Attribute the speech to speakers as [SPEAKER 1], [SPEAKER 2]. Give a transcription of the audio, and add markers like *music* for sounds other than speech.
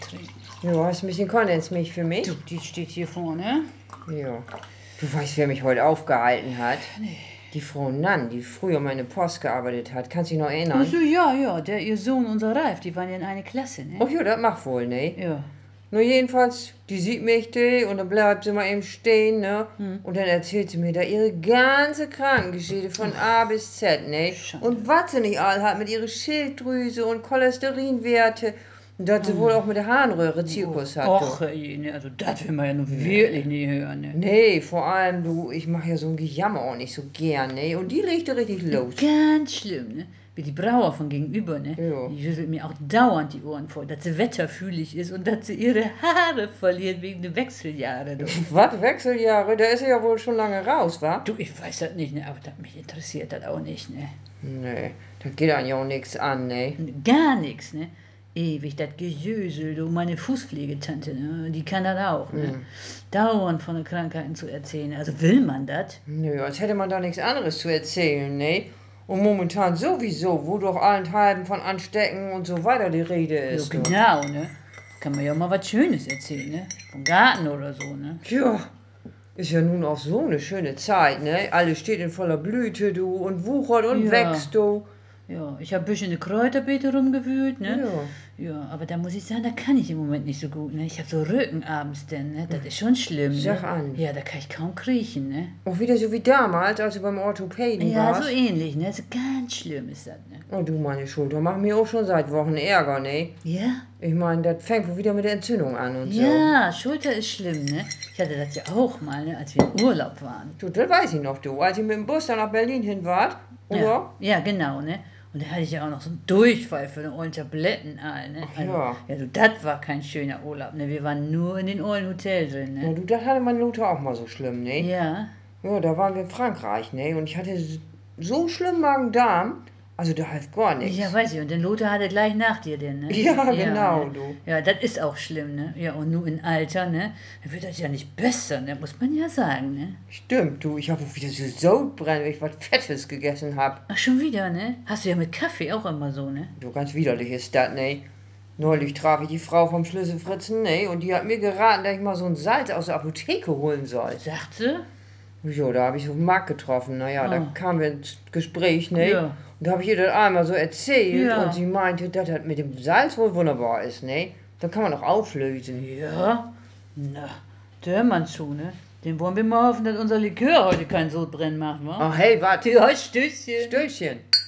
[SPEAKER 1] trinken.
[SPEAKER 2] Ja, ist ein bisschen Kondensmilch für mich.
[SPEAKER 1] Du, die steht hier vorne.
[SPEAKER 2] Ja. Du weißt, wer mich heute aufgehalten hat? Die Frau Nann, die früher meine Post gearbeitet hat. Kannst dich noch erinnern?
[SPEAKER 1] Also ja, ja, der ihr Sohn und der Ralf, die waren ja in einer Klasse, ne?
[SPEAKER 2] Ach Oh, ja, das macht wohl, ne?
[SPEAKER 1] Ja.
[SPEAKER 2] Nur jedenfalls, die sieht mich die und dann bleibt sie mal eben stehen, ne?
[SPEAKER 1] Hm.
[SPEAKER 2] Und dann erzählt sie mir da ihre ganze Krankengeschichte von A bis Z, ne?
[SPEAKER 1] Schande.
[SPEAKER 2] Und was sie nicht all hat mit ihrer Schilddrüse und Cholesterinwerte. Und dass sie wohl auch mit der Harnröhre Zirkus hatte.
[SPEAKER 1] Hm. Oh. Och, ey, ne, also das will man ja nun wirklich nie hören, ne?
[SPEAKER 2] Nee, vor allem du, ich mache ja so ein Gejammer auch nicht so gern, ne? Und die legte richtig los.
[SPEAKER 1] Ganz schlimm, ne? Wie die Brauer von gegenüber, ne?
[SPEAKER 2] Ja.
[SPEAKER 1] Die schüttelt mir auch dauernd die Ohren voll, dass sie wetterfühlig ist und dass sie ihre Haare verliert wegen der Wechseljahre. Du,
[SPEAKER 2] Was, Wechseljahre? Da ist sie ja wohl schon lange raus, wa?
[SPEAKER 1] du ich weiß das nicht, ne? Aber das, mich interessiert das auch nicht, ne?
[SPEAKER 2] Nee, da geht dann ja auch nichts an, ne?
[SPEAKER 1] Gar nichts, ne? Ewig das Gesösel, du, meine Fußpflegetante, ne? Die kann das auch, ne? Dauernd von den Krankheiten zu erzählen. Also will man das?
[SPEAKER 2] Nö, als hätte man da nichts anderes zu erzählen, ne? Und momentan sowieso, wo doch allenthalben von Anstecken und so weiter die Rede
[SPEAKER 1] Ja,
[SPEAKER 2] ist. du.
[SPEAKER 1] genau, ne? Kann man ja mal was Schönes erzählen, ne? Vom Garten oder so, ne?
[SPEAKER 2] Tja, ist ja nun auch so eine schöne Zeit, ne? Alles steht in voller Blüte, du, und wuchert und
[SPEAKER 1] Ja.
[SPEAKER 2] wächst, du.
[SPEAKER 1] Ja, ich habe ein bisschen in den Kräuterbeete rumgewühlt, ne?
[SPEAKER 2] Ja.
[SPEAKER 1] Ja. aber da muss ich sagen, da kann ich im Moment nicht so gut, ne? Ich habe so Rücken abends denn, ne? Das ist schon schlimm, ne?
[SPEAKER 2] Sag an.
[SPEAKER 1] Ja, da kann ich kaum kriechen, ne?
[SPEAKER 2] Auch wieder so wie damals, als du beim Orthopäden
[SPEAKER 1] Ja,
[SPEAKER 2] warst.
[SPEAKER 1] so ähnlich, ne? So ganz schlimm ist das, ne?
[SPEAKER 2] Oh du, meine Schulter macht mir auch schon seit Wochen Ärger, ne?
[SPEAKER 1] Ja?
[SPEAKER 2] Ich meine, das fängt wohl wieder mit der Entzündung an und so.
[SPEAKER 1] Ja, Schulter ist schlimm, ne? Ich hatte das ja auch mal, ne? Als wir im Urlaub waren.
[SPEAKER 2] Du, das weiß ich noch, du. Als ich mit dem Bus dann nach Berlin hin wart, oder?
[SPEAKER 1] Ja, ne? ja, genau, ne? Und da hatte ich ja auch noch so einen Durchfall von den ollen Tabletten ein, ne?
[SPEAKER 2] Ach ja.
[SPEAKER 1] ja, du, das war kein schöner Urlaub, ne? Wir waren nur in den ollen Hotel drin,
[SPEAKER 2] Ja,
[SPEAKER 1] ne?
[SPEAKER 2] du, das hatte mein Luther auch mal so schlimm, ne?
[SPEAKER 1] Ja.
[SPEAKER 2] Ja, da waren wir in Frankreich, ne? Und ich hatte s- so schlimm Magen-Darm, also da half gar nichts. *laughs*
[SPEAKER 1] Ja, weiß ich. Und den Lothar hatte gleich nach dir denn, ne?
[SPEAKER 2] Ja, genau,
[SPEAKER 1] ne?
[SPEAKER 2] du.
[SPEAKER 1] Ja, das ist auch schlimm, ne? Ja, und nur in Alter, ne? Dann wird das ja nicht besser, ne? Muss man ja sagen, ne?
[SPEAKER 2] Stimmt, du, ich habe wieder so Sodbrennen, weil ich was Fettes gegessen hab.
[SPEAKER 1] Ach, schon wieder, ne? Hast du ja mit Kaffee auch immer so, ne?
[SPEAKER 2] Du, ganz widerlich ist das, ne? Neulich traf ich die Frau vom Schlüsselfritzen, ne? Und die hat mir geraten, dass ich mal so ein Salz aus der Apotheke holen soll.
[SPEAKER 1] Sagt sie?
[SPEAKER 2] Jo, da habe ich auf den Markt getroffen. Naja, da
[SPEAKER 1] Ah.
[SPEAKER 2] kamen wir ins Gespräch, ne?
[SPEAKER 1] Ja.
[SPEAKER 2] Und da habe ich ihr das einmal so erzählt.
[SPEAKER 1] Ja.
[SPEAKER 2] Und sie meinte, dass das mit dem Salz wohl wunderbar ist, ne? Dann kann man auch auflösen.
[SPEAKER 1] Ja. Na, der hör mal zu, ne? Den
[SPEAKER 2] Ah.
[SPEAKER 1] wollen wir mal hoffen, dass unser Likör heute keinen Sodbrennen macht, wa?
[SPEAKER 2] Ach, hey, warte.
[SPEAKER 1] Ja, Stößchen.
[SPEAKER 2] Stößchen.